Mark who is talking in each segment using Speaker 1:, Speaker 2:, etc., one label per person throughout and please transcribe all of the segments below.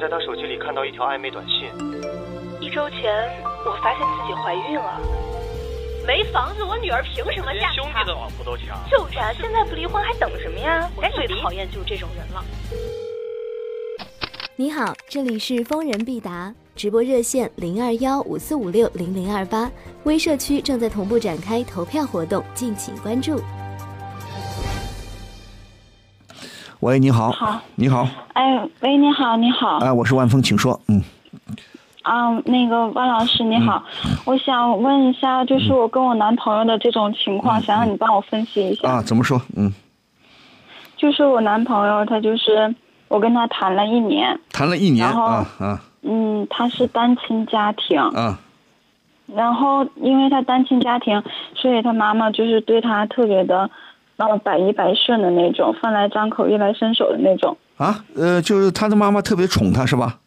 Speaker 1: 在她手机里看到一条暧昧短信。
Speaker 2: 一周前，我发现自己怀孕了。没房子，我女儿凭什么嫁给
Speaker 3: 兄弟
Speaker 2: 他
Speaker 3: 的？老婆都强。
Speaker 2: 就是啊，现在不离婚还等什么呀？哎
Speaker 4: 我
Speaker 2: 赶紧
Speaker 4: 最
Speaker 2: 离！
Speaker 4: 讨厌就是这种人了。
Speaker 5: 你好，这里是疯人必答直播热线零二幺五四五六零零二八，微社区正在同步展开投票活动，敬请关注。
Speaker 6: 喂，你好，
Speaker 7: 好，
Speaker 6: 你好，
Speaker 7: 哎，喂，你好，你好，
Speaker 6: 哎，我是万峰，请说。嗯，
Speaker 7: 啊、那个万老师你好，我想问一下，就是我跟我男朋友的这种情况，想让你帮我分析一下。
Speaker 6: 嗯啊，怎么说？嗯，
Speaker 7: 就是我男朋友他就是我跟他谈了一年，
Speaker 6: 谈了一年
Speaker 7: 然后
Speaker 6: 啊啊
Speaker 7: 嗯，他是单亲家庭，
Speaker 6: 啊
Speaker 7: 然后因为他单亲家庭，所以他妈妈就是对他特别的，呃，百依百顺的那种，饭来张口、衣来伸手的那种，
Speaker 6: 啊，呃，就是他的妈妈特别宠他，是吧？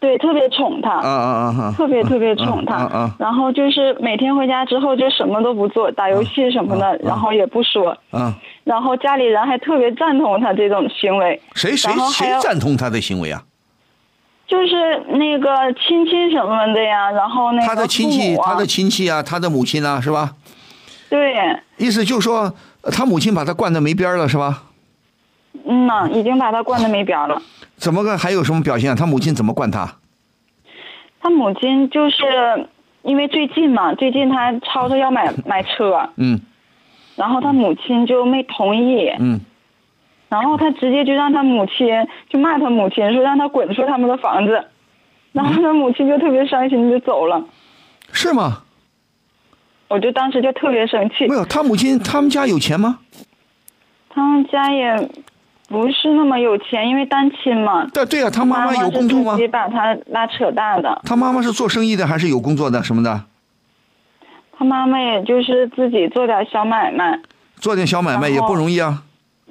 Speaker 7: 对，特别宠他。
Speaker 6: 啊啊啊啊！
Speaker 7: 特别特别宠他，
Speaker 6: 啊啊啊
Speaker 7: 然后就是每天回家之后就什么都不
Speaker 6: 嗯
Speaker 7: 做，打游戏什么的，
Speaker 6: 啊啊
Speaker 7: 然后也不说，
Speaker 6: 啊，
Speaker 7: 然后家里人还特别赞同他这种行为，
Speaker 6: 谁谁
Speaker 7: 然后还
Speaker 6: 谁
Speaker 7: 有
Speaker 6: 赞同他的行为啊？
Speaker 7: 就是那个亲戚什么的呀，然后那个
Speaker 6: 他的亲戚，
Speaker 7: 父母啊
Speaker 6: 他的亲戚啊，他的母亲啊，是吧？
Speaker 7: 对，
Speaker 6: 意思就是说，呃他母亲把他惯得没边儿了，是吧？
Speaker 7: 嗯呐，已经把他惯得没边儿了。
Speaker 6: 怎么个还有什么表现啊？他母亲怎么惯他？
Speaker 7: 他母亲就是因为最近嘛，最近他吵着要买买车，
Speaker 6: 嗯
Speaker 7: 然后他母亲就没同意，
Speaker 6: 嗯，
Speaker 7: 然后他直接就让他母亲就骂他母亲说让他滚出他们的房子，然后他母亲就特别伤心就走了，
Speaker 6: 是吗？
Speaker 7: 我就当时就特别生气
Speaker 6: 没。有，他母亲他们家有钱吗？
Speaker 7: 他们家也不是那么有钱，因为单亲嘛。
Speaker 6: 对对啊，他妈妈有工作吗
Speaker 7: 妈是自？己把他拉扯大的，
Speaker 6: 他妈妈是做生意的还是有工作的什么的？
Speaker 7: 他妈妈也就是自己做点小买卖，
Speaker 6: 做点小买卖也
Speaker 7: 然后
Speaker 6: 不容易啊。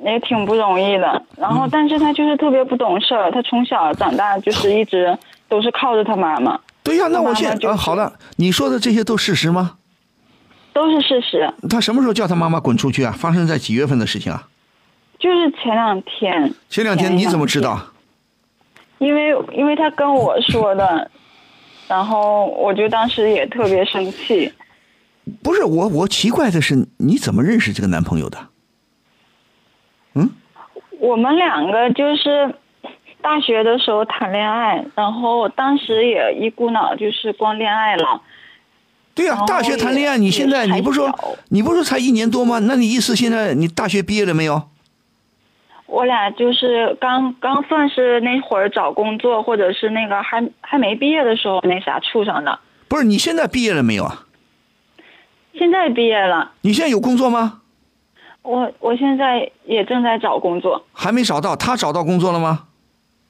Speaker 7: 也挺不容易的。然
Speaker 6: 嗯
Speaker 7: 后，但是他就是特别不懂事儿，他从小长大就是一直都是靠着他妈妈，
Speaker 6: 对呀、那我
Speaker 7: 妈妈
Speaker 6: 现
Speaker 7: 就是
Speaker 6: 啊好了，你说的这些都事实吗？
Speaker 7: 都是事实。
Speaker 6: 他什么时候叫他妈妈滚出去啊？发生在几月份的事情啊？
Speaker 7: 就是前两天，
Speaker 6: 前两天
Speaker 7: 前
Speaker 6: 你怎么
Speaker 7: 两
Speaker 6: 知道？
Speaker 7: 因为因为他跟我说的，然后我就当时也特别生气。
Speaker 6: 不是我，我奇怪的是你怎么认识这个男朋友的？
Speaker 7: 我们两个就是大学的时候谈恋爱，然后当时也一股脑就是光恋爱了。
Speaker 6: 对呀、
Speaker 7: 哦
Speaker 6: 大学谈恋爱，
Speaker 7: 也
Speaker 6: 你现在
Speaker 7: 也还
Speaker 6: 你不说
Speaker 7: 小
Speaker 6: 你不是才一年多吗？那你意思现在你大学毕业了没有？
Speaker 7: 我俩就是刚刚算是那会儿找工作，或者是那个还还没毕业的时候那啥处上的。
Speaker 6: 不是，你现在毕业了没有啊？
Speaker 7: 现在毕业了，
Speaker 6: 你现在有工作吗？
Speaker 7: 我我现在也正在找工作，
Speaker 6: 还没找到，他找到工作了吗？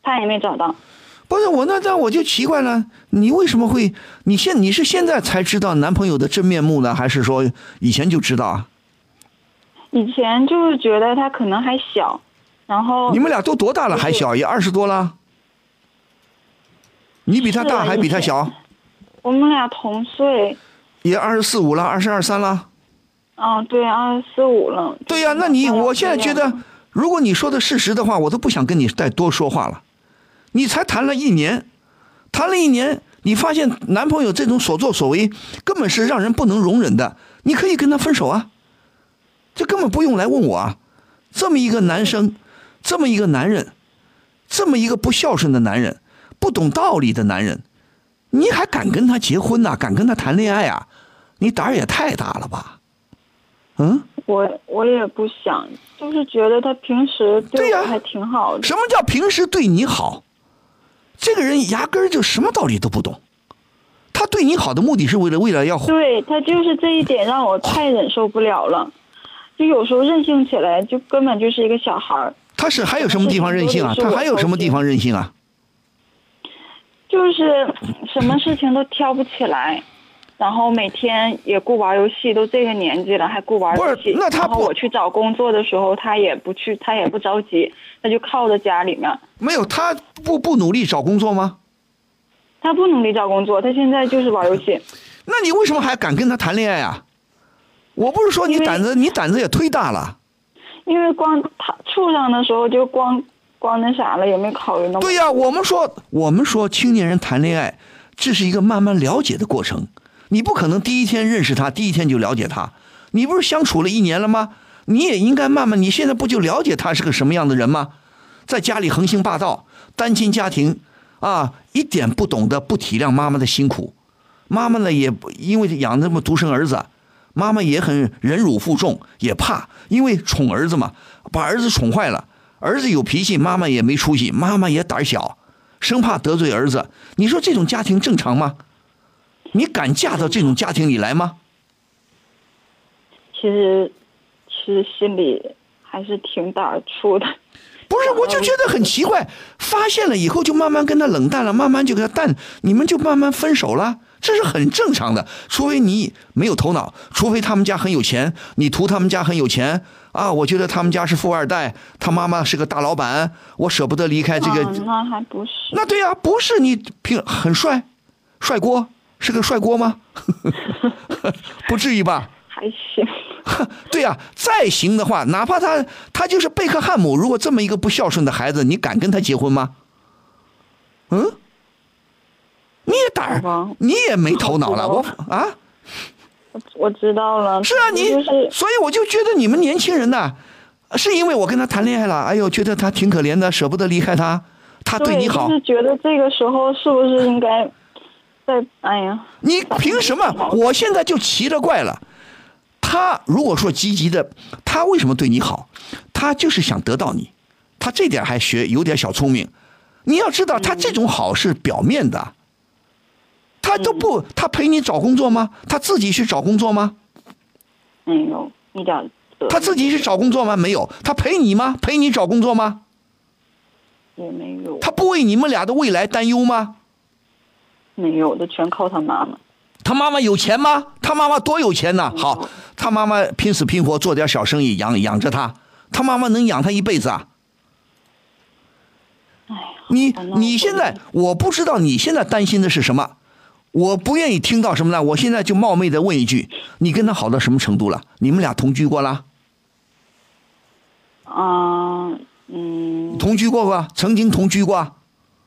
Speaker 7: 他也没找到。
Speaker 6: 不是我那那我就奇怪了，你为什么会？你现你是现在才知道男朋友的真面目呢，还是说以前就知道啊？
Speaker 7: 以前就是觉得他可能还小，然后
Speaker 6: 你们俩都多大了？
Speaker 7: 哦就是
Speaker 6: 还小，也二十多了。你比他
Speaker 7: 是
Speaker 6: 大，
Speaker 7: 啊
Speaker 6: 还比他小，
Speaker 7: 我们俩同岁，
Speaker 6: 也二十四五了，二十二三了。
Speaker 7: 啊，对，二十四五了。
Speaker 6: 对呀、那你
Speaker 7: 嗯
Speaker 6: 我现在觉得，如果你说的事实的话，我都不想跟你再多说话了。你才谈了一年，谈了一年，你发现男朋友这种所作所为根本是让人不能容忍的，你可以跟他分手啊，这根本不用来问我啊。这么一个男生，这么一个男人，这么一个不孝顺的男人，不懂道理的男人，你还敢跟他结婚呐、敢跟他谈恋爱啊？你胆儿也太大了吧？嗯。
Speaker 7: 我我也不想，就是觉得他平时
Speaker 6: 对
Speaker 7: 对
Speaker 6: 呀
Speaker 7: 我还挺好的。
Speaker 6: 什么叫平时对你好？这个人压根儿就什么道理都不懂。他对你好的目的是为了为了要
Speaker 7: 对他就是这一点让我太忍受不了了，就有时候任性起来，就根本就是一个小孩儿。
Speaker 6: 他是还有什么地方任性啊？
Speaker 7: 什么事情都得是
Speaker 6: 他
Speaker 7: 我
Speaker 6: 还有什么地方任性啊？
Speaker 7: 就是什么事情都挑不起来，然后每天也顾玩游戏，都这个年纪了还顾玩游
Speaker 6: 不是
Speaker 7: 戏。
Speaker 6: 那他
Speaker 7: 然后
Speaker 6: 不
Speaker 7: 我去找工作的时候，他也不去，他也不着急，他就靠着家里面。
Speaker 6: 没有，他不不努力找工作吗？
Speaker 7: 他不努力找工作，他现在就是玩游 戏。
Speaker 6: 那你为什么还敢跟他谈恋爱啊？我不是说你
Speaker 7: 因为
Speaker 6: 胆子，你胆子也忒大了。
Speaker 7: 因为光他处上的时候就光光那啥了，也没考虑那么
Speaker 6: 对呀、我们说我们说青年人谈恋爱，这是一个慢慢了解的过程。你不可能第一天认识他，第一天就了解他。你不是相处了一年了吗？你也应该慢慢，你现在不就了解他是个什么样的人吗？在家里横行霸道，单亲家庭，啊，一点不懂得不体谅妈妈的辛苦。妈妈呢也不因为养这么独生儿子，妈妈也很忍辱负重，也怕，因为宠儿子嘛，把儿子宠坏了，儿子有脾气，妈妈也没出息，妈妈也胆小，生怕得罪儿子。你说这种家庭正常吗？你敢嫁到这种家庭里来吗？
Speaker 7: 其实其实心里还是挺胆儿粗的。
Speaker 6: 不是，我就觉得很奇怪，发现了以后就慢慢跟他冷淡了，慢慢就跟他淡，你们就慢慢分手了，这是很正常的。除非你没有头脑，除非他们家很有钱，你图他们家很有钱啊，我觉得他们家是富二代，他妈妈是个大老板，我舍不得离哎开这 个。
Speaker 7: 啊那还不是，
Speaker 6: 那对呀、不是你平很帅，帅锅是个帅锅吗？ 不至于吧？
Speaker 7: 还行。
Speaker 6: 对呀、再行的话，哪怕他他就是贝克汉姆，如果这么一个不孝顺的孩子，你敢跟他结婚吗？嗯，你也胆
Speaker 7: 好吧
Speaker 6: 儿，你也没头脑了，
Speaker 7: 好
Speaker 6: 我
Speaker 7: 吧
Speaker 6: 啊，
Speaker 7: 我我知道了。
Speaker 6: 是啊，你
Speaker 7: 就是
Speaker 6: 所以我就觉得你们年轻人呐、是因为我跟他谈恋爱了，哎呦，觉得他挺可怜的，舍不得离开他，他啊对你好
Speaker 7: 就，是觉得这个时候是不是应该再哎呀，
Speaker 6: 你凭什么？我现在就奇了怪了，他如果说积极的，他为什么对你好？他就是想得到你，他这点还学有点小聪明。你要知道，他这种好是表面的，他都不，他陪你找工作吗？他自己去找工作吗？
Speaker 7: 哎呦，一点儿责
Speaker 6: 他自己去找工作吗？没有，他陪你吗？陪你找工作吗？
Speaker 7: 也没有，
Speaker 6: 他不为你们俩的未来担忧吗？
Speaker 7: 没有的全靠他妈妈。
Speaker 6: 他妈妈有钱吗？他妈妈多有钱
Speaker 7: 嗯
Speaker 6: 呐！好，他妈妈拼死拼活做点小生意养养着他，他妈妈能养他一辈子啊？
Speaker 7: 哎呀，
Speaker 6: 你
Speaker 7: 好吧
Speaker 6: 你现在我不知道你现在担心的是什么，我不愿意听到什么呢？我现在就冒昧的问一句，你跟他好到什么程度了？你们俩同居过啦？
Speaker 7: 啊、嗯，
Speaker 6: 同居过吧？曾经同居过啊？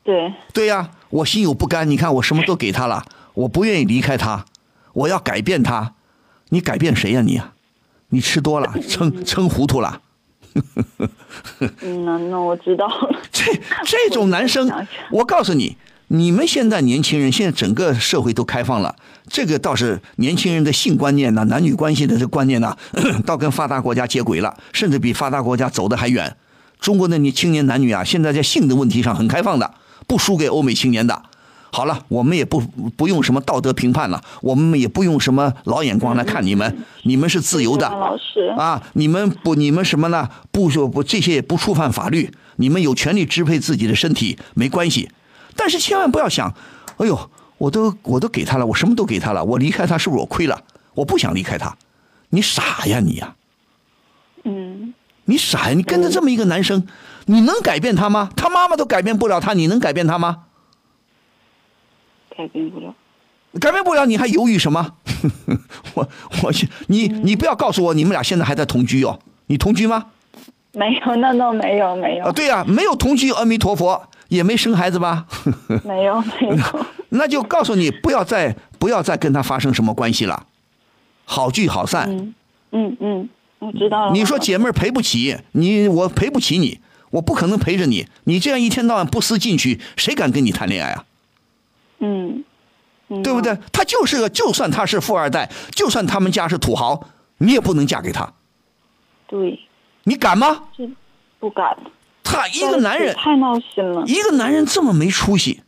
Speaker 7: 对，
Speaker 6: 对呀、我心有不甘。你看，我什么都给他了，我不愿意离开他，我要改变他。你改变谁呀、你啊？你吃多了，撑撑糊涂了。
Speaker 7: 嗯，那那我知道了。
Speaker 6: 这这种男生
Speaker 7: 我想想，
Speaker 6: 我告诉你，你们现在年轻人，现在整个社会都开放了，这个倒是年轻人的性观念呐、男女关系的这观念呐、 倒跟发达国家接轨了，甚至比发达国家走得还远。中国的你青年男女啊，现在在性的问题上很开放的，不输给欧美青年的。好了，我们也不不用什么道德评判了，我们也不用什么老眼光来看你们，你们是自由的。
Speaker 7: 嗯老师，
Speaker 6: 啊，你们不，你们什么呢？不说不，这些也不触犯法律，你们有权利支配自己的身体，没关系。但是千万不要想，哎呦，我都我都给他了，我什么都给他了，我离开他是不是我亏了？我不想离开他，你傻呀你呀，
Speaker 7: 嗯，
Speaker 6: 你傻呀！你跟着这么一个男生，你能改变他吗？他妈妈都改变不了他，你能改变他吗？
Speaker 7: 改变不了。
Speaker 6: 改变不了，你还犹豫什么？ 我我你你不要告诉我你们俩现在还在同居哦，你同居吗？
Speaker 7: 没有， 那倒没有，没有，
Speaker 6: 啊，对呀、没有同居，阿弥陀佛，也没生孩子 吧？
Speaker 7: 没有，没有。
Speaker 6: 那就告诉你，不要再不要再跟他发生什么关系了，好聚好散。
Speaker 7: 嗯 嗯嗯，我知道了。
Speaker 6: 你说姐妹儿赔不起你，我赔不起你，我不可能陪着你。你这样一天到晚不思进取，谁敢跟你谈恋爱啊？
Speaker 7: 嗯，嗯，
Speaker 6: 对不对？他就是个，就算他是富二代，就算他们家是土豪，你也不能嫁给他，
Speaker 7: 对，
Speaker 6: 你敢吗？
Speaker 7: 这不敢。
Speaker 6: 他一个男人
Speaker 7: 太闹心了。
Speaker 6: 一个男人这么没出息，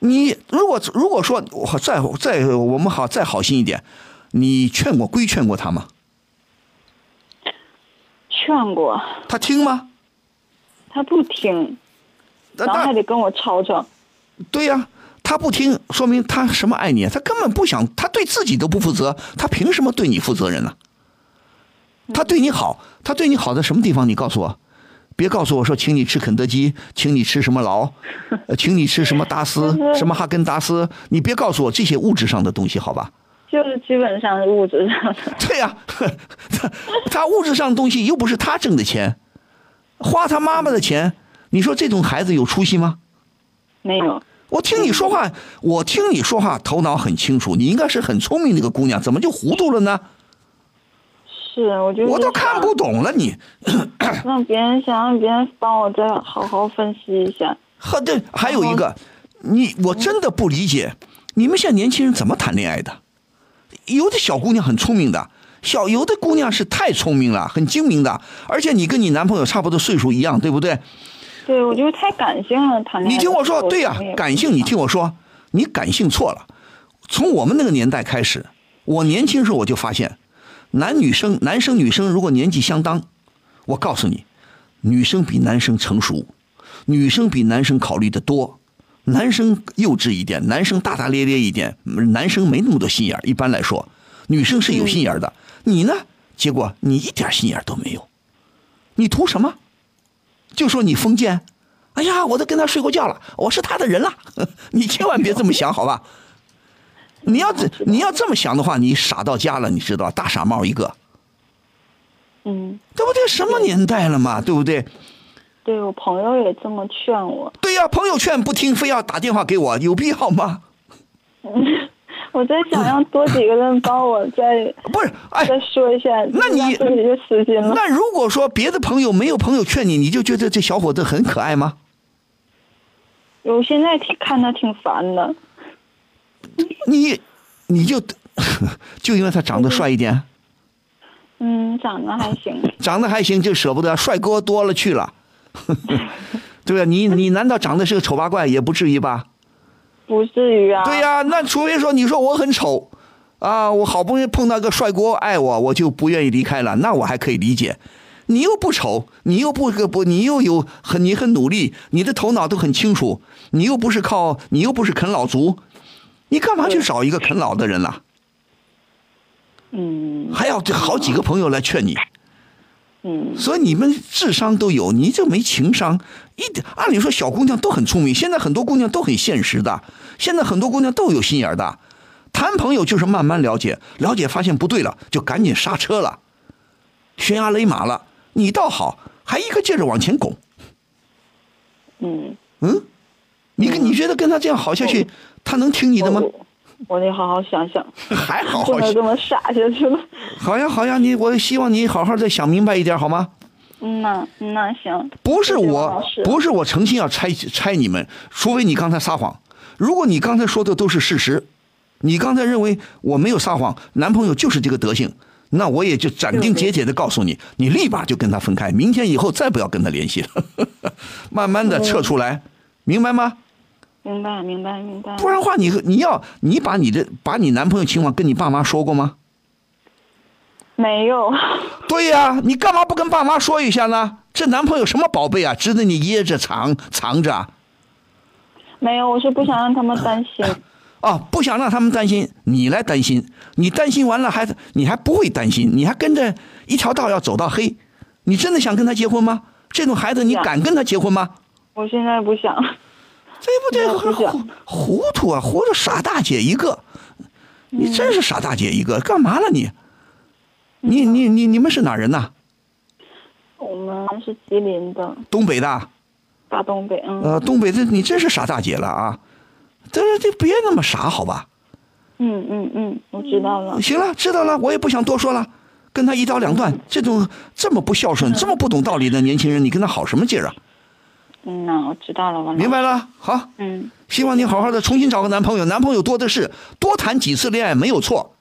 Speaker 6: 你如果如果说我再再我们好再好心一点，你劝过规劝过他吗？
Speaker 7: 劝过
Speaker 6: 他听吗？
Speaker 7: 他不听，
Speaker 6: 那
Speaker 7: 然后还
Speaker 6: 那
Speaker 7: 得跟我吵吵。
Speaker 6: 对呀、他不听，说明他什么爱你？他根本不想，他对自己都不负责，他凭什么对你负责任呢、
Speaker 7: 嗯
Speaker 6: 他对你好，他对你好在什么地方？你告诉我，别告诉我说请你吃肯德基，请你吃什么 劳，呃请你吃什么达斯
Speaker 7: 就是
Speaker 6: 什么哈根达斯，你别告诉我这些物质上的东西，好吧？
Speaker 7: 就是基本上是物质上的，
Speaker 6: 对呀、他他物质上的东西又不是他挣的钱，花他妈妈的钱，你说这种孩子有出息吗？
Speaker 7: 没有，
Speaker 6: 我听你说话，我听你说话头脑很清楚，你应该是很聪明的一个姑娘，怎么就糊涂了呢？
Speaker 7: 是我就是
Speaker 6: 我都看不懂了你，
Speaker 7: 让别人想让别人帮我再好好分析一下。
Speaker 6: 呵，对，还有一个，你我真的不理解，你们现在年轻人怎么谈恋爱的？有的小姑娘很聪明的，小有的姑娘是太聪明了，很精明的，而且你跟你男朋友差不多岁数一样，对不对？
Speaker 7: 对我就是太感性了，谈恋爱。
Speaker 6: 你听我说，对呀、
Speaker 7: 也不
Speaker 6: 感性，你听我说，你感性错了。从我们那个年代开始，我年轻时候我就发现，男女生、男生女生如果年纪相当，我告诉你，女生比男生成熟，女生比男生考虑的多，男生幼稚一点，男生大大咧咧一点，男生没那么多心眼儿一般来说，女生是有心眼儿的。你呢？结果你一点心眼儿都没有，你图什么？就说你封建。哎呀，我都跟他睡过觉了，我是他的人了。 你千万别这么想，好吧？你要这你要这么想的话，你傻到家了，你知道吧，大傻帽一个，
Speaker 7: 嗯，
Speaker 6: 对不对？什么年代了嘛，对不对？
Speaker 7: 对我朋友也这么劝我，
Speaker 6: 对呀、朋友劝不听，非要打电话给我，有必要吗？
Speaker 7: 我在想让多几个人帮我再
Speaker 6: 不是，哎，
Speaker 7: 再说一下，
Speaker 6: 那你
Speaker 7: 让自己就死心了。
Speaker 6: 那如果说别的朋友没有朋友劝你，你就觉得这小伙子很可爱吗？
Speaker 7: 我现在挺看他挺烦的，
Speaker 6: 你，你就 就因为他长得帅一点，
Speaker 7: 嗯，长得还行，
Speaker 6: 长得还行就舍不得，帅哥多了去了， 对不对？你你难道长得是个丑八怪也不至于吧？
Speaker 7: 不至于啊。
Speaker 6: 对、呀、那除非说你说我很丑，啊，我好不容易碰到个帅哥爱我，我就不愿意离开了，那我还可以理解。你又不丑，你又不不，你又有很你很努力，你的头脑都很清楚，你又不是靠你又不是啃老族，你干嘛去找一个啃老的人啦、
Speaker 7: 嗯
Speaker 6: 还要这好几个朋友来劝你，
Speaker 7: 嗯，
Speaker 6: 所以你们智商都有，你就没情商。一点，按理说小姑娘都很聪明，现在很多姑娘都很现实的，现在很多姑娘都有心眼儿的。谈朋友就是慢慢了解，了解发现不对了，就赶紧刹车了，悬崖勒马了。你倒好，还一个劲儿地往前拱。
Speaker 7: 嗯，
Speaker 6: 嗯，你跟你觉得跟他这样好下去，他能听你的吗？
Speaker 7: 我？我得好好想想，
Speaker 6: 还好
Speaker 7: 不
Speaker 6: 好
Speaker 7: 能这么傻下去了。
Speaker 6: 好呀好呀，你我希望你好好再想明白一点好吗？
Speaker 7: 嗯呐，嗯呐，行。
Speaker 6: 不是
Speaker 7: 谢谢王
Speaker 6: 我
Speaker 7: 老师，
Speaker 6: 不是我诚心要拆拆你们，除非你刚才撒谎。如果你刚才说的都是事实，你刚才认为我没有撒谎，男朋友就是这个德行，那我也就斩钉截铁的告诉你，你立马就跟他分开，明天以后再不要跟他联系了， 慢慢的撤出来，明白吗？
Speaker 7: 明白，明白，明白。
Speaker 6: 不然的话你，你要你把你的把你男朋友情况跟你爸妈说过吗？
Speaker 7: 没有，
Speaker 6: 对呀、你干嘛不跟爸妈说一下呢？这男朋友什么宝贝啊，值得你掖着藏藏着啊？
Speaker 7: 没有，我是不想让他们担心。
Speaker 6: 啊，不想让他们担心，你来担心，你担心完了还你还不会担心，你还跟着一条道要走到黑，你真的想跟他结婚吗？这种孩子你
Speaker 7: 是啊
Speaker 6: 敢跟他结婚吗？
Speaker 7: 我现在不想。
Speaker 6: 对不对？
Speaker 7: 我不
Speaker 6: 糊
Speaker 7: 想
Speaker 6: 糊涂啊，活着傻大姐一个，
Speaker 7: 嗯
Speaker 6: 你真是傻大姐一个，干嘛了你？
Speaker 7: 嗯
Speaker 6: 你你你你们是哪人呐、
Speaker 7: 我们是吉林的，
Speaker 6: 东北的啊？
Speaker 7: 大东北，嗯
Speaker 6: 呃，东北的，你真是傻大姐了啊！但是这别那么傻，好吧？
Speaker 7: 嗯嗯嗯，我知道了。
Speaker 6: 啊行了，知道了，我也不想多说了。跟他一刀两断，这种这么不孝顺、这么不懂道理的年轻人，你跟他好什么劲儿啊？
Speaker 7: 嗯呐，我知道了，王老师
Speaker 6: 明。白了，好，
Speaker 7: 嗯，
Speaker 6: 希望你好好的重新找个男朋友，男朋友多的是，多谈几次恋爱没有错，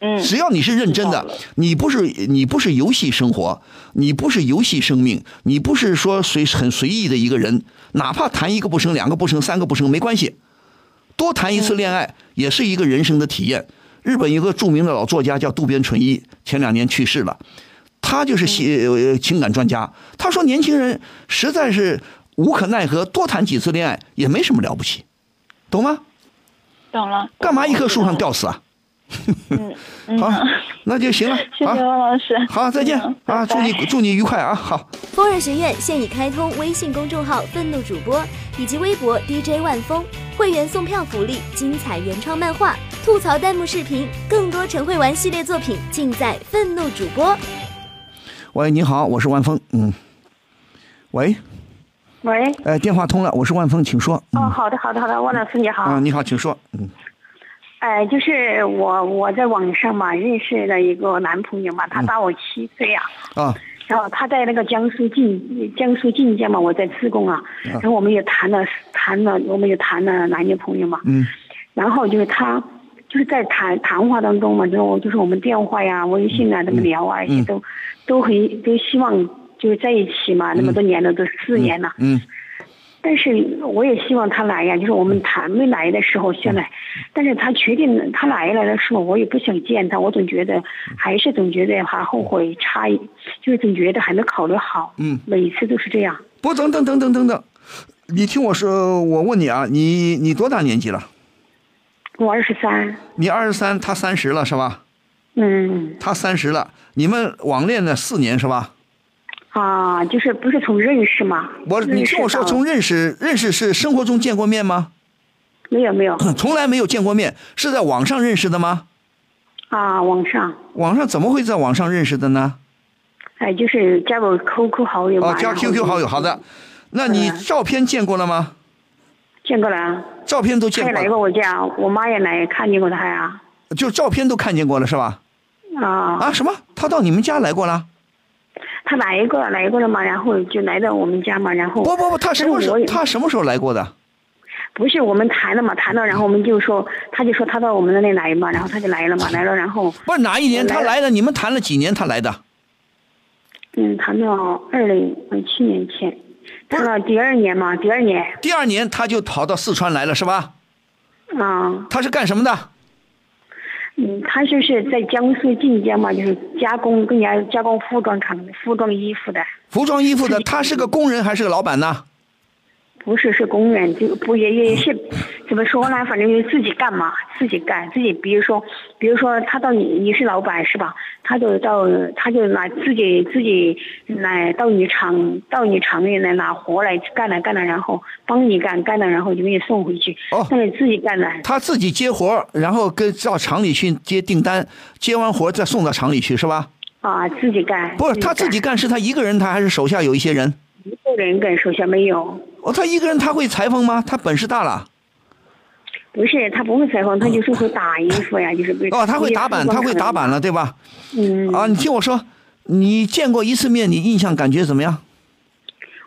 Speaker 7: 嗯，
Speaker 6: 只要你是认真
Speaker 7: 知道
Speaker 6: 的
Speaker 7: 了，
Speaker 6: 你不是你不是游戏生活，你不是游戏生命，你不是说随很随意的一个人，哪怕谈一个不成、两个不成、三个不成没关系，多谈一次恋
Speaker 7: 嗯
Speaker 6: 爱也是一个人生的体验。日本有个著名的老作家叫渡边淳一，前两年去世了，他
Speaker 7: 嗯
Speaker 6: 就是写、呃情感专家，他说年轻人实在是无可奈何，多谈几次恋爱也没什么了不起，懂吗？
Speaker 7: 懂了。
Speaker 6: 干嘛一棵树上吊死啊？
Speaker 7: 嗯嗯，
Speaker 6: 好，那就行了，
Speaker 7: 谢谢
Speaker 6: 好。
Speaker 7: 王老师。
Speaker 6: 好，再见
Speaker 7: 嗯
Speaker 6: 啊！
Speaker 7: 拜
Speaker 6: 祝
Speaker 7: 拜
Speaker 6: 你祝你愉快啊！好，
Speaker 5: 风儿学院现已开通微信公众号“愤怒主播”以及微博 DJ 万峰，会员送票福利、精彩原创漫画、吐槽弹幕视频，更多陈慧玩系列作品尽在“愤怒主播”。
Speaker 6: 喂，你好，我是万峰，嗯，喂，
Speaker 3: 喂，
Speaker 6: 呃，电话通了，我是万峰，请说。嗯
Speaker 3: 哦，好的，好的，好的，汪老师你好。
Speaker 6: 啊，你好，请说。嗯
Speaker 3: 哎，就是我我在网上嘛认识了一个男朋友嘛，
Speaker 6: 嗯
Speaker 3: 他大我七岁啊，
Speaker 6: 啊，
Speaker 3: 然后他在那个江苏晋江苏晋江嘛，我在自贡啊，
Speaker 6: 嗯
Speaker 3: 然后我们也谈了谈了，我们也谈了男女朋友嘛，
Speaker 6: 嗯
Speaker 3: 然后就是他就是在谈谈话当中嘛，之后就是我们电话呀、微信
Speaker 6: 嗯
Speaker 3: 啊，这么聊啊，也都都很都希望就是在一起嘛，那么多年了，都四年了，
Speaker 6: 嗯
Speaker 3: 但是我也希望他来呀，就是我们谈没来的时候先来，
Speaker 6: 嗯
Speaker 3: 但是他确定他来了的时候，我也不想见他，我总觉得还是总觉得还后悔差一，就是总觉得还没考虑好，
Speaker 6: 嗯，
Speaker 3: 每次都是这样，
Speaker 6: 不，等等等等等等，你听我说，我问你啊，你你多大年纪了？
Speaker 3: 我二十三，
Speaker 6: 你二十三，他三十了是吧？
Speaker 3: 嗯
Speaker 6: 他三十了，你们网恋了四年是吧？
Speaker 3: 啊，就是不是从认识嘛，
Speaker 6: 我你听我说，
Speaker 3: 认识到
Speaker 6: 从认识认识是生活中见过面吗？
Speaker 3: 没有没有
Speaker 6: 从来没有见过面，是在网上认识的吗？
Speaker 3: 啊，网上
Speaker 6: 网上怎么会在网上认识的呢？
Speaker 3: 哎就是加我 QQ 好友嘛，
Speaker 6: 哦，加
Speaker 3: 然后就
Speaker 6: QQ 好友，好的。那你
Speaker 3: 嗯
Speaker 6: 照片见过了吗？
Speaker 3: 见过了啊，
Speaker 6: 照片都
Speaker 3: 他
Speaker 6: 见
Speaker 3: 也
Speaker 6: 过
Speaker 3: 来
Speaker 6: 了，
Speaker 3: 过我家，我妈也来看见过他呀，
Speaker 6: 就照片都看见过了是吧？
Speaker 3: 啊
Speaker 6: 啊，什么？他到你们家来过了？
Speaker 3: 他来过了，来过了嘛，然后就来到我们家嘛，然后
Speaker 6: 不不不，他什么时
Speaker 3: 但是我
Speaker 6: 候
Speaker 3: 也
Speaker 6: 他什么时候来过的？
Speaker 3: 不是我们谈了嘛，谈了，然后我们就说，他就说他到我们那里来嘛，然后他就来了
Speaker 6: 嗯
Speaker 3: 嘛，来了，然后
Speaker 6: 不是哪一年
Speaker 3: 我来
Speaker 6: 他来的？你们谈了几年他来的？
Speaker 3: 嗯，谈到二零七年前，谈到第二年嘛，第二年
Speaker 6: 第二年他就跑到四川来了是吧？
Speaker 3: 啊，
Speaker 6: 他是干什么的？
Speaker 3: 嗯，他就是在江苏晋江嘛，就是加工跟人家加工服装厂的服装衣服的，
Speaker 6: 服装衣服的，他是个工人还是个老板呢？
Speaker 3: 不是是工人，就不也也是怎么说呢？反正就是自己干嘛，自己干，自己比如说，比如说他到你你是老板是吧？他就到他就拿自己自己来到你厂到你厂里来拿活来干了干了，然后帮你干干了，然后就给你送回去。
Speaker 6: 哦
Speaker 3: 但是自己干了，
Speaker 6: 他自己接活儿，然后跟到厂里去接订单，接完活儿再送到厂里去是吧？
Speaker 3: 啊，自己干。
Speaker 6: 不是他自己干，是他一个人，他还是手下有一些人？
Speaker 3: 干一个人干，手下没有。
Speaker 6: 哦，他一个人他会裁缝吗？他本事大了。
Speaker 3: 不是他不会裁缝，他就是会打衣服呀，就是不是
Speaker 6: 哦哦，他会打板，他会打。板了，对吧？
Speaker 3: 嗯
Speaker 6: 啊，你听我说，你见过一次面，你印象感觉怎么样？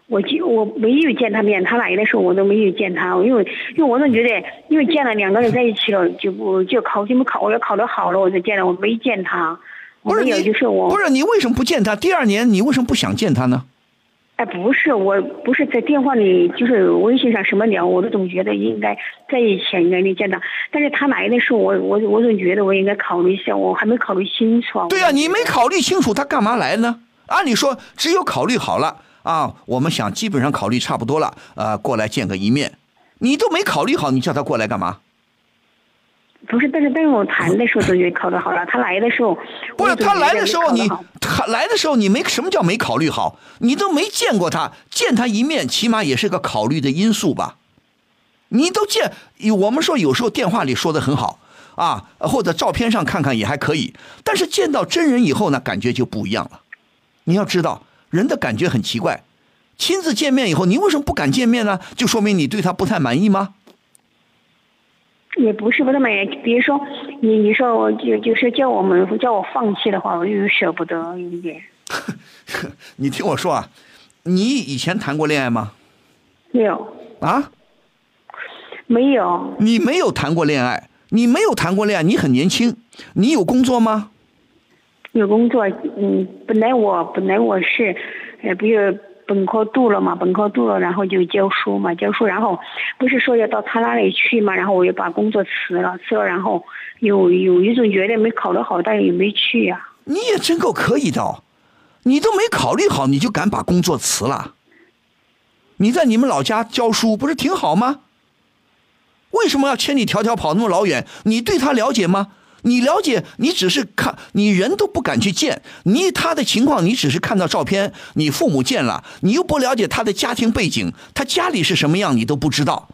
Speaker 3: 我就我没有见他面，他来的时候我都没有见他，因为因为我总觉得，因为见了两个人在一起了，就不就考就没考，我要考得好了我才见了，我没见他，我
Speaker 6: 不是
Speaker 3: 没有
Speaker 6: 你，
Speaker 3: 就是我
Speaker 6: 不是你为什么不见他？第二年你为什么不想见他呢？
Speaker 3: 哎不是我不是在电话里就是微信上什么聊，我都总觉得应该在一起应该能见到，但是他来的时候我我我总觉得我应该考虑一下，我还没考虑清楚啊。
Speaker 6: 对呀、你没考虑清楚他干嘛来呢？按理说，只有考虑好了啊，我们想基本上考虑差不多了，呃，过来见个一面，你都没考虑好，你叫他过来干嘛？
Speaker 3: 不是，但是但是我谈的时候总觉得哎考得好了，他来的时候
Speaker 6: 不是
Speaker 3: 我总
Speaker 6: 他
Speaker 3: 觉
Speaker 6: 来
Speaker 3: 得
Speaker 6: 的时
Speaker 3: 没
Speaker 6: 候
Speaker 3: 考得
Speaker 6: 你
Speaker 3: 好，
Speaker 6: 他来的时候你没什么叫没考虑好？你都没见过他，见他一面起码也是个考虑的因素吧？你都见，我们说有时候电话里说的很好啊，或者照片上看看也还可以，但是见到真人以后呢，感觉就不一样了。你要知道，人的感觉很奇怪，亲自见面以后，你为什么不敢见面呢？就说明你对他不太满意吗？
Speaker 3: 也不是不那么严，比如说你你说我就就是叫我们叫我放弃的话，我又舍不得有一点。
Speaker 6: 你听我说啊，你以前谈过恋爱吗？
Speaker 3: 没有
Speaker 6: 啊，
Speaker 3: 没有
Speaker 6: 你没有谈过恋爱，你没有谈过恋爱，你很年轻，你有工作吗？
Speaker 3: 有工作，嗯，本来我本来我是，呃，不是本科读了嘛，本科读了，然后就教书嘛，教书，然后不是说要到他那里去嘛，然后我又把工作辞了，辞了，然后有有一种觉得没考得好，但也没去呀、
Speaker 6: 你也真够可以的、哦，你都没考虑好，你就敢把工作辞了？你在你们老家教书不是挺好吗？为什么要千里迢迢跑那么老远？你对他了解吗？你了解，你只是看，你人都不敢去见，你他的情况，你只是看到照片，你父母见了，你又不了解他的家庭背景，他家里是什么样，你都不知道，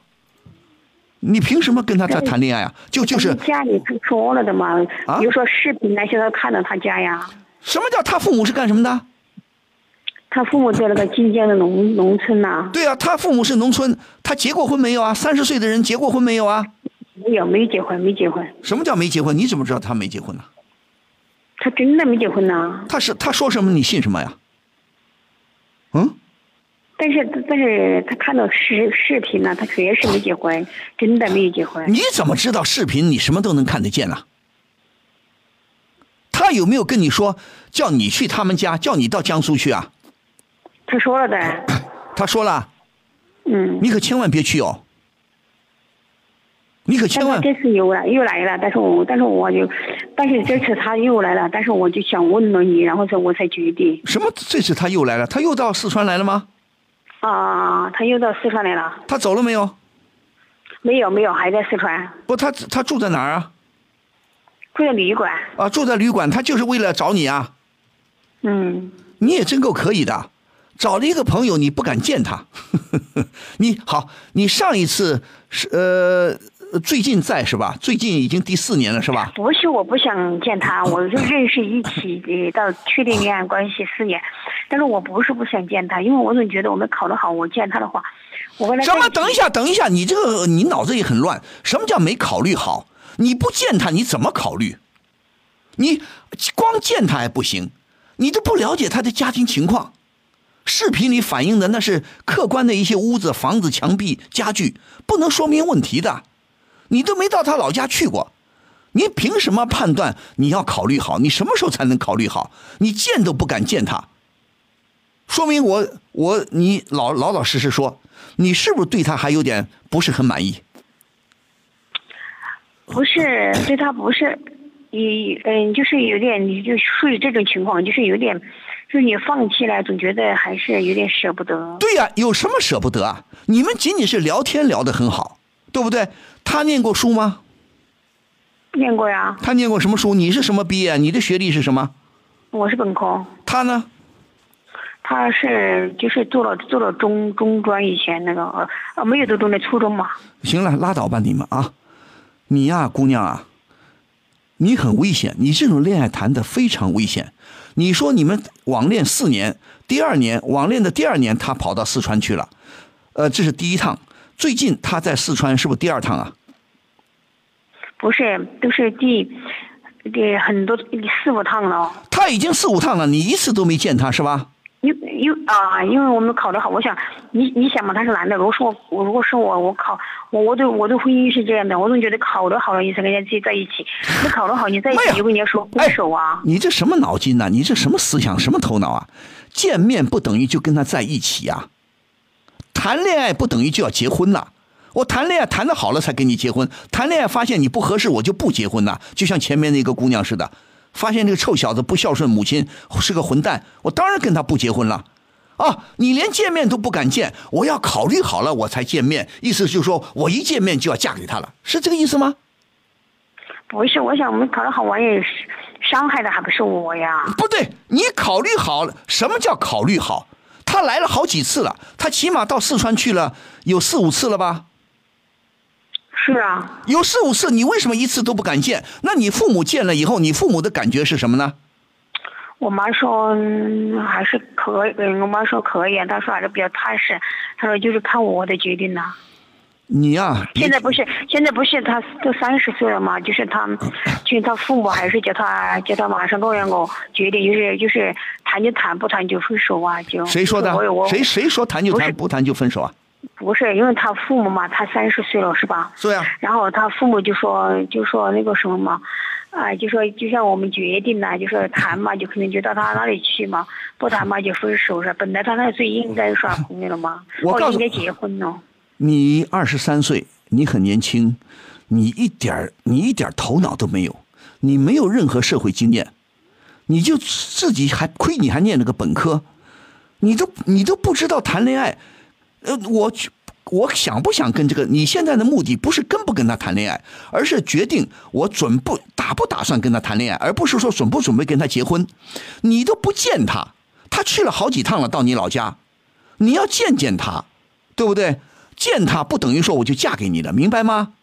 Speaker 6: 你凭什么跟他在谈恋爱啊？就就是
Speaker 3: 但家里他说了的嘛，
Speaker 6: 啊
Speaker 3: 比如说视频那些都看到他家呀。
Speaker 6: 什么叫他父母是干什么的？
Speaker 3: 他父母在那个晋江的农农村呐、
Speaker 6: 对啊，他父母是农村，他结过婚没有啊？三十岁的人结过婚没有啊？
Speaker 3: 没有没有结婚，没结婚，
Speaker 6: 什么叫没结婚？你怎么知道他没结婚呢、
Speaker 3: 他真的没结婚呐、
Speaker 6: 他是他说什么你信什么呀？嗯，
Speaker 3: 但是但是他看到视视频呢、他确实没结婚，真的没有结婚。
Speaker 6: 你怎么知道视频你什么都能看得见呢、他有没有跟你说叫你去他们家，叫你到江苏去啊？
Speaker 3: 他说了的，
Speaker 6: 他说了，
Speaker 3: 嗯。
Speaker 6: 你可千万别去哦，你可
Speaker 3: 但
Speaker 6: 千
Speaker 3: 他
Speaker 6: 万
Speaker 3: 这次又来又来了，但是我但是我就，但是这次他又来了，但是我就想问了你，然后说我才决定
Speaker 6: 什么？这次他又来了，他又到四川来了吗？
Speaker 3: 啊，他又到四川来了，
Speaker 6: 他走了没有？
Speaker 3: 没有没有，还在四川，
Speaker 6: 不，他他住在哪儿啊？
Speaker 3: 住在旅馆，
Speaker 6: 啊，住在旅馆，他就是为了找你啊！
Speaker 3: 嗯，
Speaker 6: 你也真够可以的，找了一个朋友，你不敢见他。 你好，你上一次是呃，最近在是吧？最近已经第四年了是吧？
Speaker 3: 不是我不想见他，我就认识一起呃到确定恋爱关系四年，但是我不是不想见他，因为我总觉得我们考得好，我见他的话，我跟他
Speaker 6: 什
Speaker 3: 在
Speaker 6: 么？
Speaker 3: 一起
Speaker 6: 等一下，等一下，你这个你脑子也很乱。什么叫没考虑好？你不见他，你怎么考虑？你光见他还不行，你都不了解他的家庭情况。视频里反映的那是客观的一些屋子、房子、墙壁、家具，不能说明问题的。你都没到他老家去过，你凭什么判断你要考虑好？你什么时候才能考虑好？你见都不敢见他，说明我我你老老老实实说，你是不是对他还有点不是很满意？
Speaker 3: 不是对他不是，你嗯，就是有点，你就属于这种情况，就是有点，就是你放弃了，总觉得还是有点舍不得。
Speaker 6: 对呀、有什么舍不得啊？你们仅仅是聊天聊得很好，对不对？他念过书吗？
Speaker 3: 念过呀，
Speaker 6: 他念过什么书？你是什么毕业啊？你的学历是什么？
Speaker 3: 我是本科，
Speaker 6: 他呢？
Speaker 3: 他是就是做了做了中中专以前那个呃呃没有读中的初中嘛，
Speaker 6: 行了，拉倒吧你们啊！你呀、姑娘啊，你很危险，你这种恋爱谈的非常危险。你说你们网恋四年，第二年网恋的第二年，他跑到四川去了，呃，这是第一趟。最近他在四川是不是第二趟啊？
Speaker 3: 不是都是第第很多四五趟了，哦
Speaker 6: 他已经四五趟了，你一次都没见他是吧？
Speaker 3: 因因啊，因为我们考得好，我想你你想嘛，他是男的，如果说我如果是我，我考我我对我对婚姻是这样的，我总觉得考得好了，你才跟人家自己在一起，你考得好，你在一
Speaker 6: 哎呀
Speaker 3: 起就跟人家说分手啊，
Speaker 6: 你这什么脑筋呐、你这什么思想？什么头脑啊？见面不等于就跟他在一起呀、谈恋爱不等于就要结婚呐、我谈恋爱谈的好了才跟你结婚，谈恋爱发现你不合适我就不结婚呐、就像前面那个姑娘似的，发现这个臭小子不孝顺母亲是个混蛋，我当然跟他不结婚了。啊，你连见面都不敢见，我要考虑好了我才见面，意思就是说我一见面就要嫁给他了，是这个意思吗？
Speaker 3: 不是，我想我们考得好，我也是伤害的还不是我呀，
Speaker 6: 不对，你考虑好了，什么叫考虑好？他来了好几次了，他起码到四川去了有四五次了吧？
Speaker 3: 是啊，
Speaker 6: 有四五次，你为什么一次都不敢见？那你父母见了以后，你父母的感觉是什么呢？
Speaker 3: 我妈说、嗯还是可以，嗯，我妈说可以，她说还是比较踏实，她说就是看我的决定呐、
Speaker 6: 你呀、别
Speaker 3: 现在不是，现在不是他都三十岁了嘛，就是他，
Speaker 6: 嗯
Speaker 3: 就是他父母还是叫他叫他马上那样个决定，就是就是谈就谈，不谈就分手啊，就
Speaker 6: 谁说的
Speaker 3: 我也我？
Speaker 6: 谁谁说谈就
Speaker 3: 不
Speaker 6: 谈，
Speaker 3: 是
Speaker 6: 不谈就分手啊？
Speaker 3: 不是因为他父母嘛，他三十岁了是吧？
Speaker 6: 对啊，
Speaker 3: 然后他父母就说就说那个什么嘛，啊、就说就像我们决定呐、就说谈嘛，就可能就到他那里去嘛，不谈嘛就分手是。本来他那最应该耍朋友了嘛，
Speaker 6: 我
Speaker 3: 哦
Speaker 6: 告诉
Speaker 3: 应该结婚了。
Speaker 6: 你二十三岁，你很年轻，你一点儿你一点儿头脑都没有，你没有任何社会经验，你就自己还亏你还念了个本科，你都你都不知道谈恋爱，呃，我去我想不想跟这个？你现在的目的不是跟不跟他谈恋爱，而是决定我准不打不打算跟他谈恋爱，而不是说准不准备跟他结婚。你都不见他，他去了好几趟了，到你老家，你要见见他，对不对？见他不等于说我就嫁给你了，明白吗？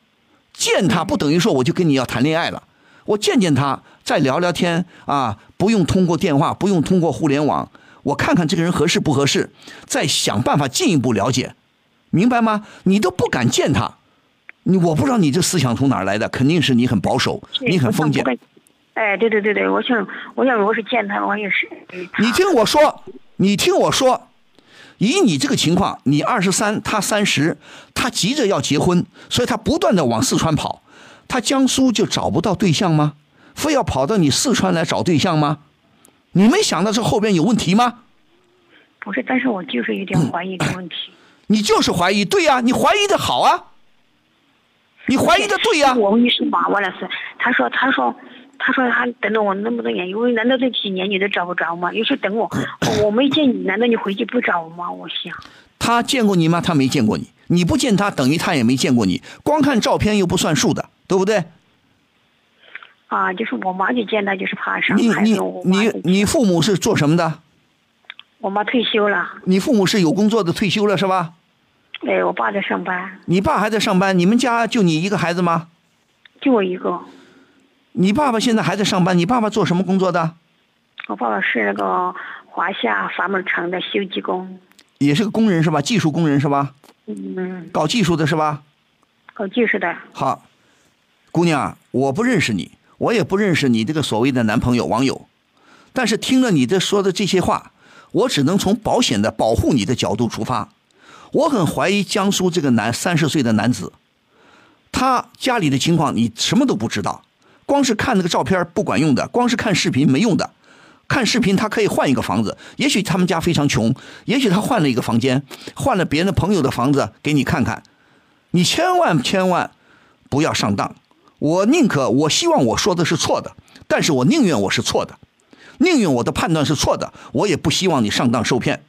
Speaker 6: 见他不等于说我就跟你要谈恋爱了，我见见他，再聊聊天啊，不用通过电话，不用通过互联网，我看看这个人合适不合适，再想办法进一步了解，明白吗？你都不敢见他，你我不知道你这思想从哪儿来的，肯定是你很保守，你很封建
Speaker 3: 我。想不敢哎，对对对对，我想，我想，如果是见他，我也是。他
Speaker 6: 你听我说，你听我说，以你这个情况，你二十三，他三十，他急着要结婚，所以他不断的往四川跑，他江苏就找不到对象吗？非要跑到你四川来找对象吗？你没想到这后边有问题吗？
Speaker 3: 不是，但是我就是有点怀疑这个问
Speaker 6: 嗯
Speaker 3: 题。
Speaker 6: 你就是怀疑，对呀、你怀疑的好啊，哎你怀疑的对呀、
Speaker 3: 我问你是吧，王老师，他说，他说，他说他等了我那么多年，因为难道这几年你都找不着吗？有时候等我，
Speaker 6: 嗯
Speaker 3: 哦我没见你，难道你回去不找我吗？我想，
Speaker 6: 他见过你吗？他没见过你，你不见他，等于他也没见过你。光看照片又不算数的，对不对？
Speaker 3: 啊，就是我妈就见他就是怕啥，
Speaker 6: 你
Speaker 3: 还
Speaker 6: 你
Speaker 3: 有我妈
Speaker 6: 你
Speaker 3: 就
Speaker 6: 你父母是做什么的？
Speaker 3: 我妈退休了，
Speaker 6: 你父母是有工作的，退休了是吧？
Speaker 3: 哎，我爸在上班，
Speaker 6: 你爸还在上班，你们家就你一个孩子吗？
Speaker 3: 就我一个，
Speaker 6: 你爸爸现在还在上班，你爸爸做什么工作的？
Speaker 3: 我爸爸是那个华夏阀门城的修机工，
Speaker 6: 也是个工人是吧？技术工人是吧？
Speaker 3: 嗯，
Speaker 6: 搞技术的是吧？
Speaker 3: 搞技术的，
Speaker 6: 好，姑娘，我不认识你，我也不认识你这个所谓的男朋友网友，但是听了你这说的这些话，我只能从保险的保护你的角度出发。我很怀疑江苏这个男三十岁的男子，他家里的情况你什么都不知道，光是看那个照片不管用的，光是看视频没用的。看视频，他可以换一个房子，也许他们家非常穷，也许他换了一个房间，换了别人的朋友的房子给你看看。你千万千万不要上当。我宁可，我希望我说的是错的，但是我宁愿我是错的，宁愿我的判断是错的，我也不希望你上当受骗。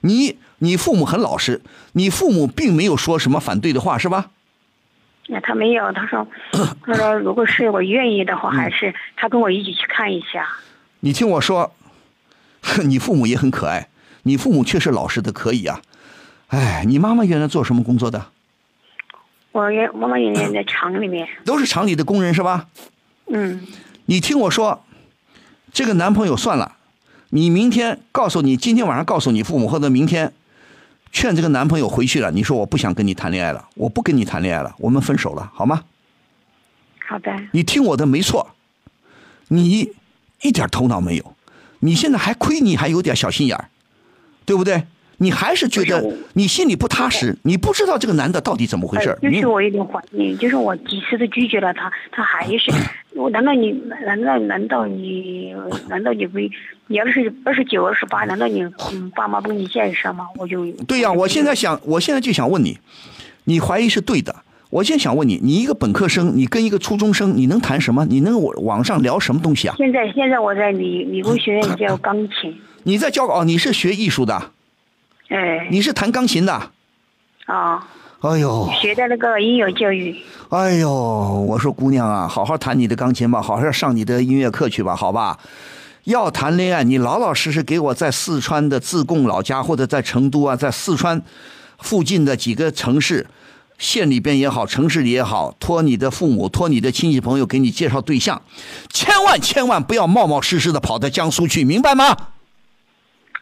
Speaker 6: 你你父母很老实，你父母并没有说什么反对的话，是吧？
Speaker 3: 那他没有，他说，他说如果是我愿意的话，
Speaker 6: 嗯
Speaker 3: 还是他跟我一起去看一下。
Speaker 6: 你听我说， 你父母也很可爱，你父母确实老实的可以啊。哎，你妈妈原来做什么工作的？
Speaker 3: 我也妈妈也 也在厂里面，
Speaker 6: 都是厂里的工人是吧？
Speaker 3: 嗯，
Speaker 6: 你听我说，这个男朋友算了，你明天告诉你，今天晚上告诉你父母，或者明天劝这个男朋友回去了。你说我不想跟你谈恋爱了，我不跟你谈恋爱了，我们分手了，好吗？
Speaker 3: 好的，
Speaker 6: 你听我的没错，你一点头脑没有，你现在还亏你还有点小心眼儿，对不对？你还是觉
Speaker 3: 不
Speaker 6: 得
Speaker 3: 是我
Speaker 6: 你心里不踏实，你不知道这个男的到底怎么回事儿
Speaker 3: 呃。就是
Speaker 6: 嗯
Speaker 3: 我有点怀疑，就是我几次都拒绝了他，他还 是，我难道你难道难道你难道你不，你要是二十九二十八，难道你嗯爸妈不给你介绍吗？我就
Speaker 6: 对呀、我现在想，我现在就想问你，你怀疑是对的。我现在想问你，你一个本科生，你跟一个初中生，你能谈什么？你能网上聊什么东西啊？
Speaker 3: 现在现在我在理理工学院教钢琴，
Speaker 6: 你在教哦，你是学艺术的，
Speaker 3: 哎
Speaker 6: 你是弹钢琴的。
Speaker 3: 啊，
Speaker 6: 哎呦，
Speaker 3: 学的那个音乐教育，
Speaker 6: 哎呦，我说姑娘啊，好好弹你的钢琴吧，好好上你的音乐课去吧，好吧。要谈恋爱，你老老实实给我在四川的自贡老家，或者在成都啊，在四川附近的几个城市、县里边也好，城市里也好，托你的父母、托你的亲戚朋友给你介绍对象，千万千万不要冒冒失失的跑到江苏去，明白吗？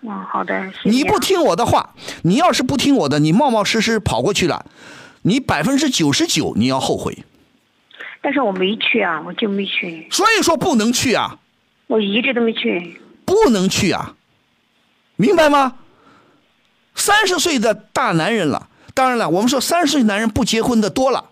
Speaker 3: 嗯，好的，谢谢
Speaker 6: 你不
Speaker 3: 啊
Speaker 6: 听我的话，你要是不听我的，你冒冒失失跑过去了，你百分之九十九你要后悔。
Speaker 3: 但是我没去啊，我就没去，
Speaker 6: 所以说不能去啊，
Speaker 3: 我一直都没去。
Speaker 6: 不能去啊，明白吗？三十岁的大男人了，当然了，我们说三十岁男人不结婚的多了，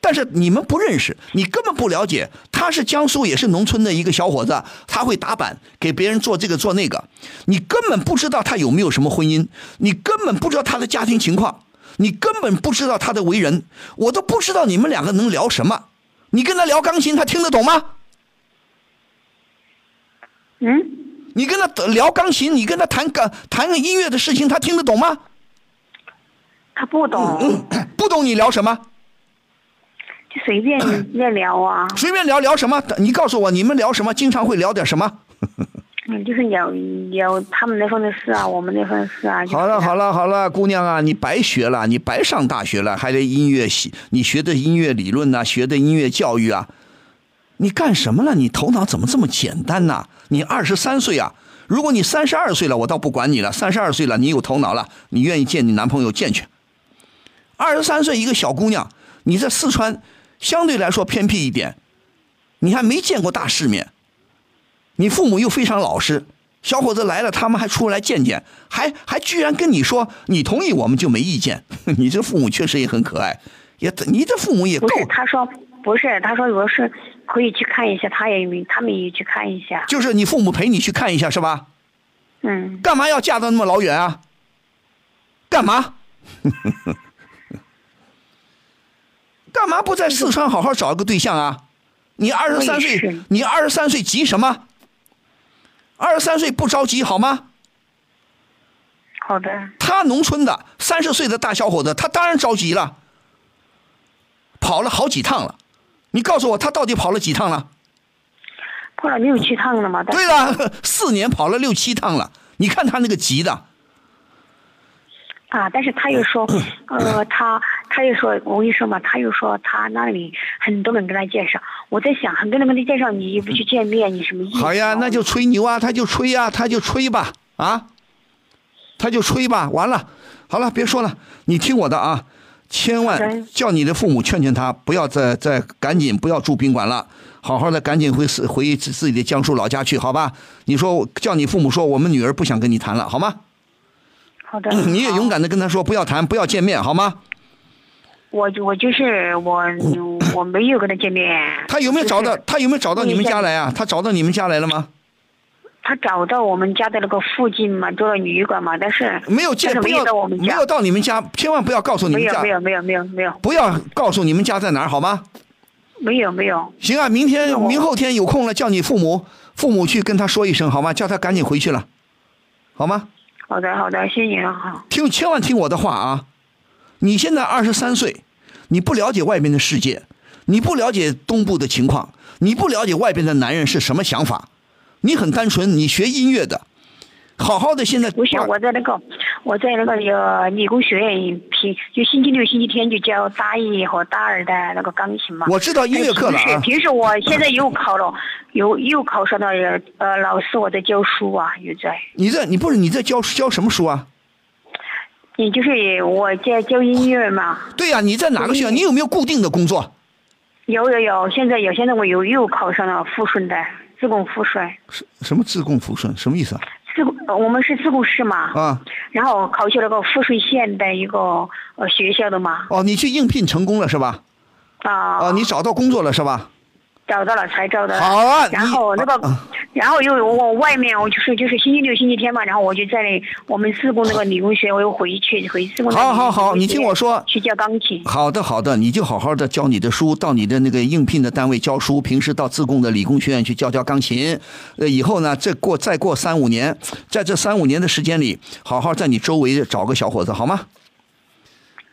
Speaker 6: 但是你们不认识，你根本不了解，他是江苏也是农村的一个小伙子，他会打板，给别人做这个做那个，你根本不知道他有没有什么婚姻，你根本不知道他的家庭情况，你根本不知道他的为人，我都不知道你们两个能聊什么，你跟他聊钢琴，他听得懂吗？
Speaker 3: 嗯，
Speaker 6: 你跟他聊钢琴，你跟他谈钢谈个音乐的事情，他听得懂吗？
Speaker 3: 他不
Speaker 6: 嗯
Speaker 3: 懂，
Speaker 6: 不懂你聊什么，
Speaker 3: 就随便乱聊啊，
Speaker 6: 随便聊聊什么。你告诉我，你们聊什么？经常会聊点什么？
Speaker 3: 嗯，就是聊聊他们那方的事啊，我们那方的事啊。就是
Speaker 6: 好了好了好了，姑娘啊，你白学了，你白上大学了，还得音乐系，你学的音乐理论呐、啊学的音乐教育啊，你干什么了？你头脑怎么这么简单呐？你二十三岁啊，如果你三十二岁了，我倒不管你了，三十二岁了，你有头脑了，你愿意见你男朋友见去。二十三岁一个小姑娘，你在四川相对来说偏僻一点，你还没见过大世面，你父母又非常老实，小伙子来了，他们还出来见见，还还居然跟你说你同意我们就没意见， 你这父母确实也很可爱，也你这父母也够
Speaker 3: 不是，他说不是，他说我是可以去看一下，他也他们也去看一下。
Speaker 6: 就是你父母陪你去看一下是吧？
Speaker 3: 嗯，
Speaker 6: 干嘛要嫁到那么老远啊？干嘛？ 干嘛不在四川好好找一个对象啊？你二十三
Speaker 3: 我也
Speaker 6: 岁
Speaker 3: 是，
Speaker 6: 你二十三岁急什么？二十三岁不着急好吗？
Speaker 3: 好的，
Speaker 6: 他农村的三十岁的大小伙子，他当然着急了，跑了好几趟了。你告诉我，他到底跑了几趟了？
Speaker 3: 跑了六七趟了嘛，但
Speaker 6: 对啊了，四年跑了六七趟了。你看他那个急的，
Speaker 3: 啊，但是他又说，
Speaker 6: 嗯
Speaker 3: 呃，他他又说，我跟你说嘛，他又说他那里很多人跟他介绍，我在想，很多人跟他介绍，你又不去见面，你什么意思啊？
Speaker 6: 好呀，那就吹牛啊，他就吹呀、他就吹吧，啊，他就吹吧。完了，好了，别说了，你听我的啊，千
Speaker 3: 好
Speaker 6: 万
Speaker 3: 的
Speaker 6: 叫你的父母劝劝他，不要再再赶紧不要住宾馆了，好好的赶紧回四回自自己的江苏老家去，好吧？你说我叫你父母说我们女儿不想跟你谈了，好吗？，
Speaker 3: 好的
Speaker 6: 嗯你也勇敢的跟他说不要谈，不要见面，好吗？
Speaker 3: 我就我就是我我没有跟他见面。
Speaker 6: 嗯他有没有找到
Speaker 3: 就是
Speaker 6: 他有没有找到你们
Speaker 3: 问一下
Speaker 6: 家来啊？他找到你们家来了吗？
Speaker 3: 他找到我们家的那个附近嘛，住了旅馆嘛，但是
Speaker 6: 没有见，
Speaker 3: 但是
Speaker 6: 不
Speaker 3: 没
Speaker 6: 要
Speaker 3: 有到我们
Speaker 6: 没
Speaker 3: 家
Speaker 6: 有，到你们家，千万不要告诉你
Speaker 3: 没
Speaker 6: 们
Speaker 3: 有
Speaker 6: 家
Speaker 3: 没。有没有没有没有
Speaker 6: 不要告诉你们家在哪儿好吗？
Speaker 3: 没有没有，
Speaker 6: 行啊，明天
Speaker 3: 那我
Speaker 6: 明后天有空了，叫你父母父母去跟他说一声好吗？叫他赶紧回去了，好吗？
Speaker 3: 好的好的，谢谢你啊了哈。
Speaker 6: 听千万听我的话啊！你现在二十三岁，你不了解外面的世界，你不了解东部的情况，你不了解外边的男人是什么想法，你很单纯，你学音乐的，好好的现在
Speaker 3: 不是
Speaker 6: 把
Speaker 3: 我在那个我在那个呃理工学院平就星期六星期天就教大一和大二的那个钢琴嘛。
Speaker 6: 我知道音乐课了
Speaker 3: 平时
Speaker 6: 啊，
Speaker 3: 平时我现在又考了，又又考上了呃老师我在教书啊，又在，
Speaker 6: 你在你不是你在教教什么书啊？
Speaker 3: 也就是我在教音乐嘛。
Speaker 6: 对呀、你在哪个学校？
Speaker 3: 嗯
Speaker 6: 你有没有固定的工作？
Speaker 3: 有有有，现在有，现在我又又考上了富顺的自贡富顺，
Speaker 6: 什么自贡抚顺？什么意思啊？
Speaker 3: 自贡呃我们是自贡市嘛，
Speaker 6: 啊，
Speaker 3: 然后考取了个富顺县的一个呃学校的嘛，
Speaker 6: 哦，你去应聘成功了是吧？
Speaker 3: 啊，
Speaker 6: 啊，你找到工作了是吧？
Speaker 3: 找到了才找的，
Speaker 6: 好啊，
Speaker 3: 然
Speaker 6: 你
Speaker 3: 后那个
Speaker 6: 啊，
Speaker 3: 然后又我外面我就是就是星期六星期天嘛，然后我就在那我们自贡那个理工学，我又回去回自贡那个理
Speaker 6: 好
Speaker 3: 工
Speaker 6: 好
Speaker 3: 学。
Speaker 6: 好，你听我说。
Speaker 3: 去教钢琴。
Speaker 6: 好的，好的，你就好好的教你的书，到你的那个应聘的单位教书，平时到自贡的理工学院去教教钢琴。呃，以后呢，再过再过三五年，在这三五年的时间里，好好在你周围找个小伙子，好吗？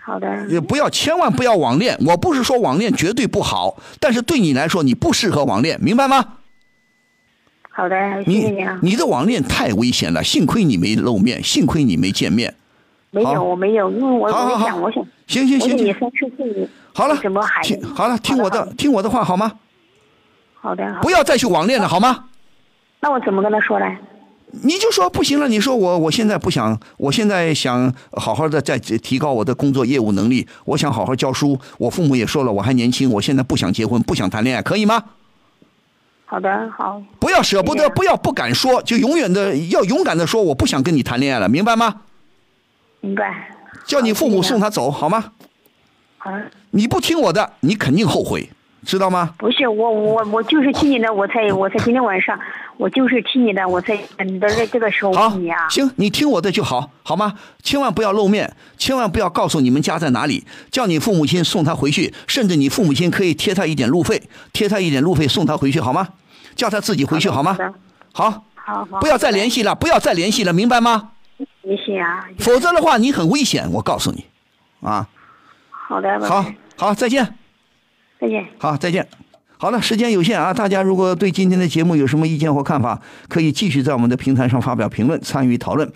Speaker 3: 好的，
Speaker 6: 也不要，千万不要网恋。我不是说网恋绝对不好，但是对你来说，你不适合网恋，明白吗？
Speaker 3: 好的，谢
Speaker 6: 你
Speaker 3: 谢你啊。
Speaker 6: 你的网恋太危险了，幸亏你没露面，幸亏你没见面。
Speaker 3: 没
Speaker 6: 好
Speaker 3: 有，我没有，因为我
Speaker 6: 好好
Speaker 3: 我
Speaker 6: 好
Speaker 3: 想，我想，
Speaker 6: 行行
Speaker 3: 我
Speaker 6: 行
Speaker 3: 想你
Speaker 6: 行，
Speaker 3: 三十岁，
Speaker 6: 好了，
Speaker 3: 什么孩子
Speaker 6: 听？好了，听我
Speaker 3: 好
Speaker 6: 的，听我的话好吗？
Speaker 3: 好的，好
Speaker 6: 不。要再去网恋了好吗？
Speaker 3: 那我怎么跟他说呢？
Speaker 6: 你就说不行了，你说我我现在不想，我现在想好好的再提高我的工作业务能力，我想好好教书。我父母也说了，我还年轻，我现在不想结婚，不想谈恋爱，可以吗？
Speaker 3: 好的，好，
Speaker 6: 不要舍不
Speaker 3: 是
Speaker 6: 得，
Speaker 3: 啊
Speaker 6: 不要不敢说，就永远的要勇敢的说，我不想跟你谈恋爱了，明白吗？
Speaker 3: 明白。
Speaker 6: 叫你父母
Speaker 3: 好谢谢
Speaker 6: 送
Speaker 3: 啊
Speaker 6: 他走好吗？
Speaker 3: 好了，
Speaker 6: 你不听我的，你肯定后悔，知道吗？
Speaker 3: 不是我我我就是听你的，我才我才今天晚上，我就是听你的，我才等着在这个时候
Speaker 6: 好
Speaker 3: 问你啊，。
Speaker 6: 行，你听我的就好，好吗？千万不要露面，千万不要告诉你们家在哪里，叫你父母亲送他回去，甚至你父母亲可以贴他一点路费，贴他一点路费送他回去，好吗？叫他自己回去好吗
Speaker 3: 好？的
Speaker 6: 好，
Speaker 3: 好好，
Speaker 6: 不要再联系了，不要再联系了，明白吗？
Speaker 3: 谢谢啊。
Speaker 6: 否则的话，你很危险，我告诉你，啊，
Speaker 3: 好的，拜拜
Speaker 6: 好，好，再见，
Speaker 3: 再见。
Speaker 6: 好，再见。好了，时间有限啊，大家如果对今天的节目有什么意见或看法，可以继续在我们的平台上发表评论，参与讨论。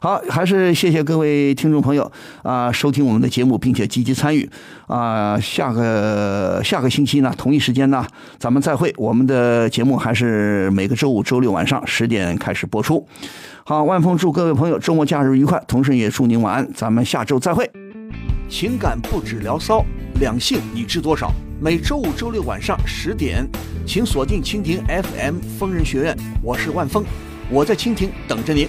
Speaker 6: 好，还是谢谢各位听众朋友啊、收听我们的节目，并且积极参与啊、下个下个星期呢，同一时间呢，咱们再会。我们的节目还是每个周五、周六晚上十点开始播出。好，万峰祝各位朋友周末假日愉快，同时也祝您晚安。咱们下周再会。情感不止聊骚，两性你知多少？每周五、周六晚上十点，请锁定蜻蜓 FM 疯人学院，我是万峰，我在蜻蜓等着您。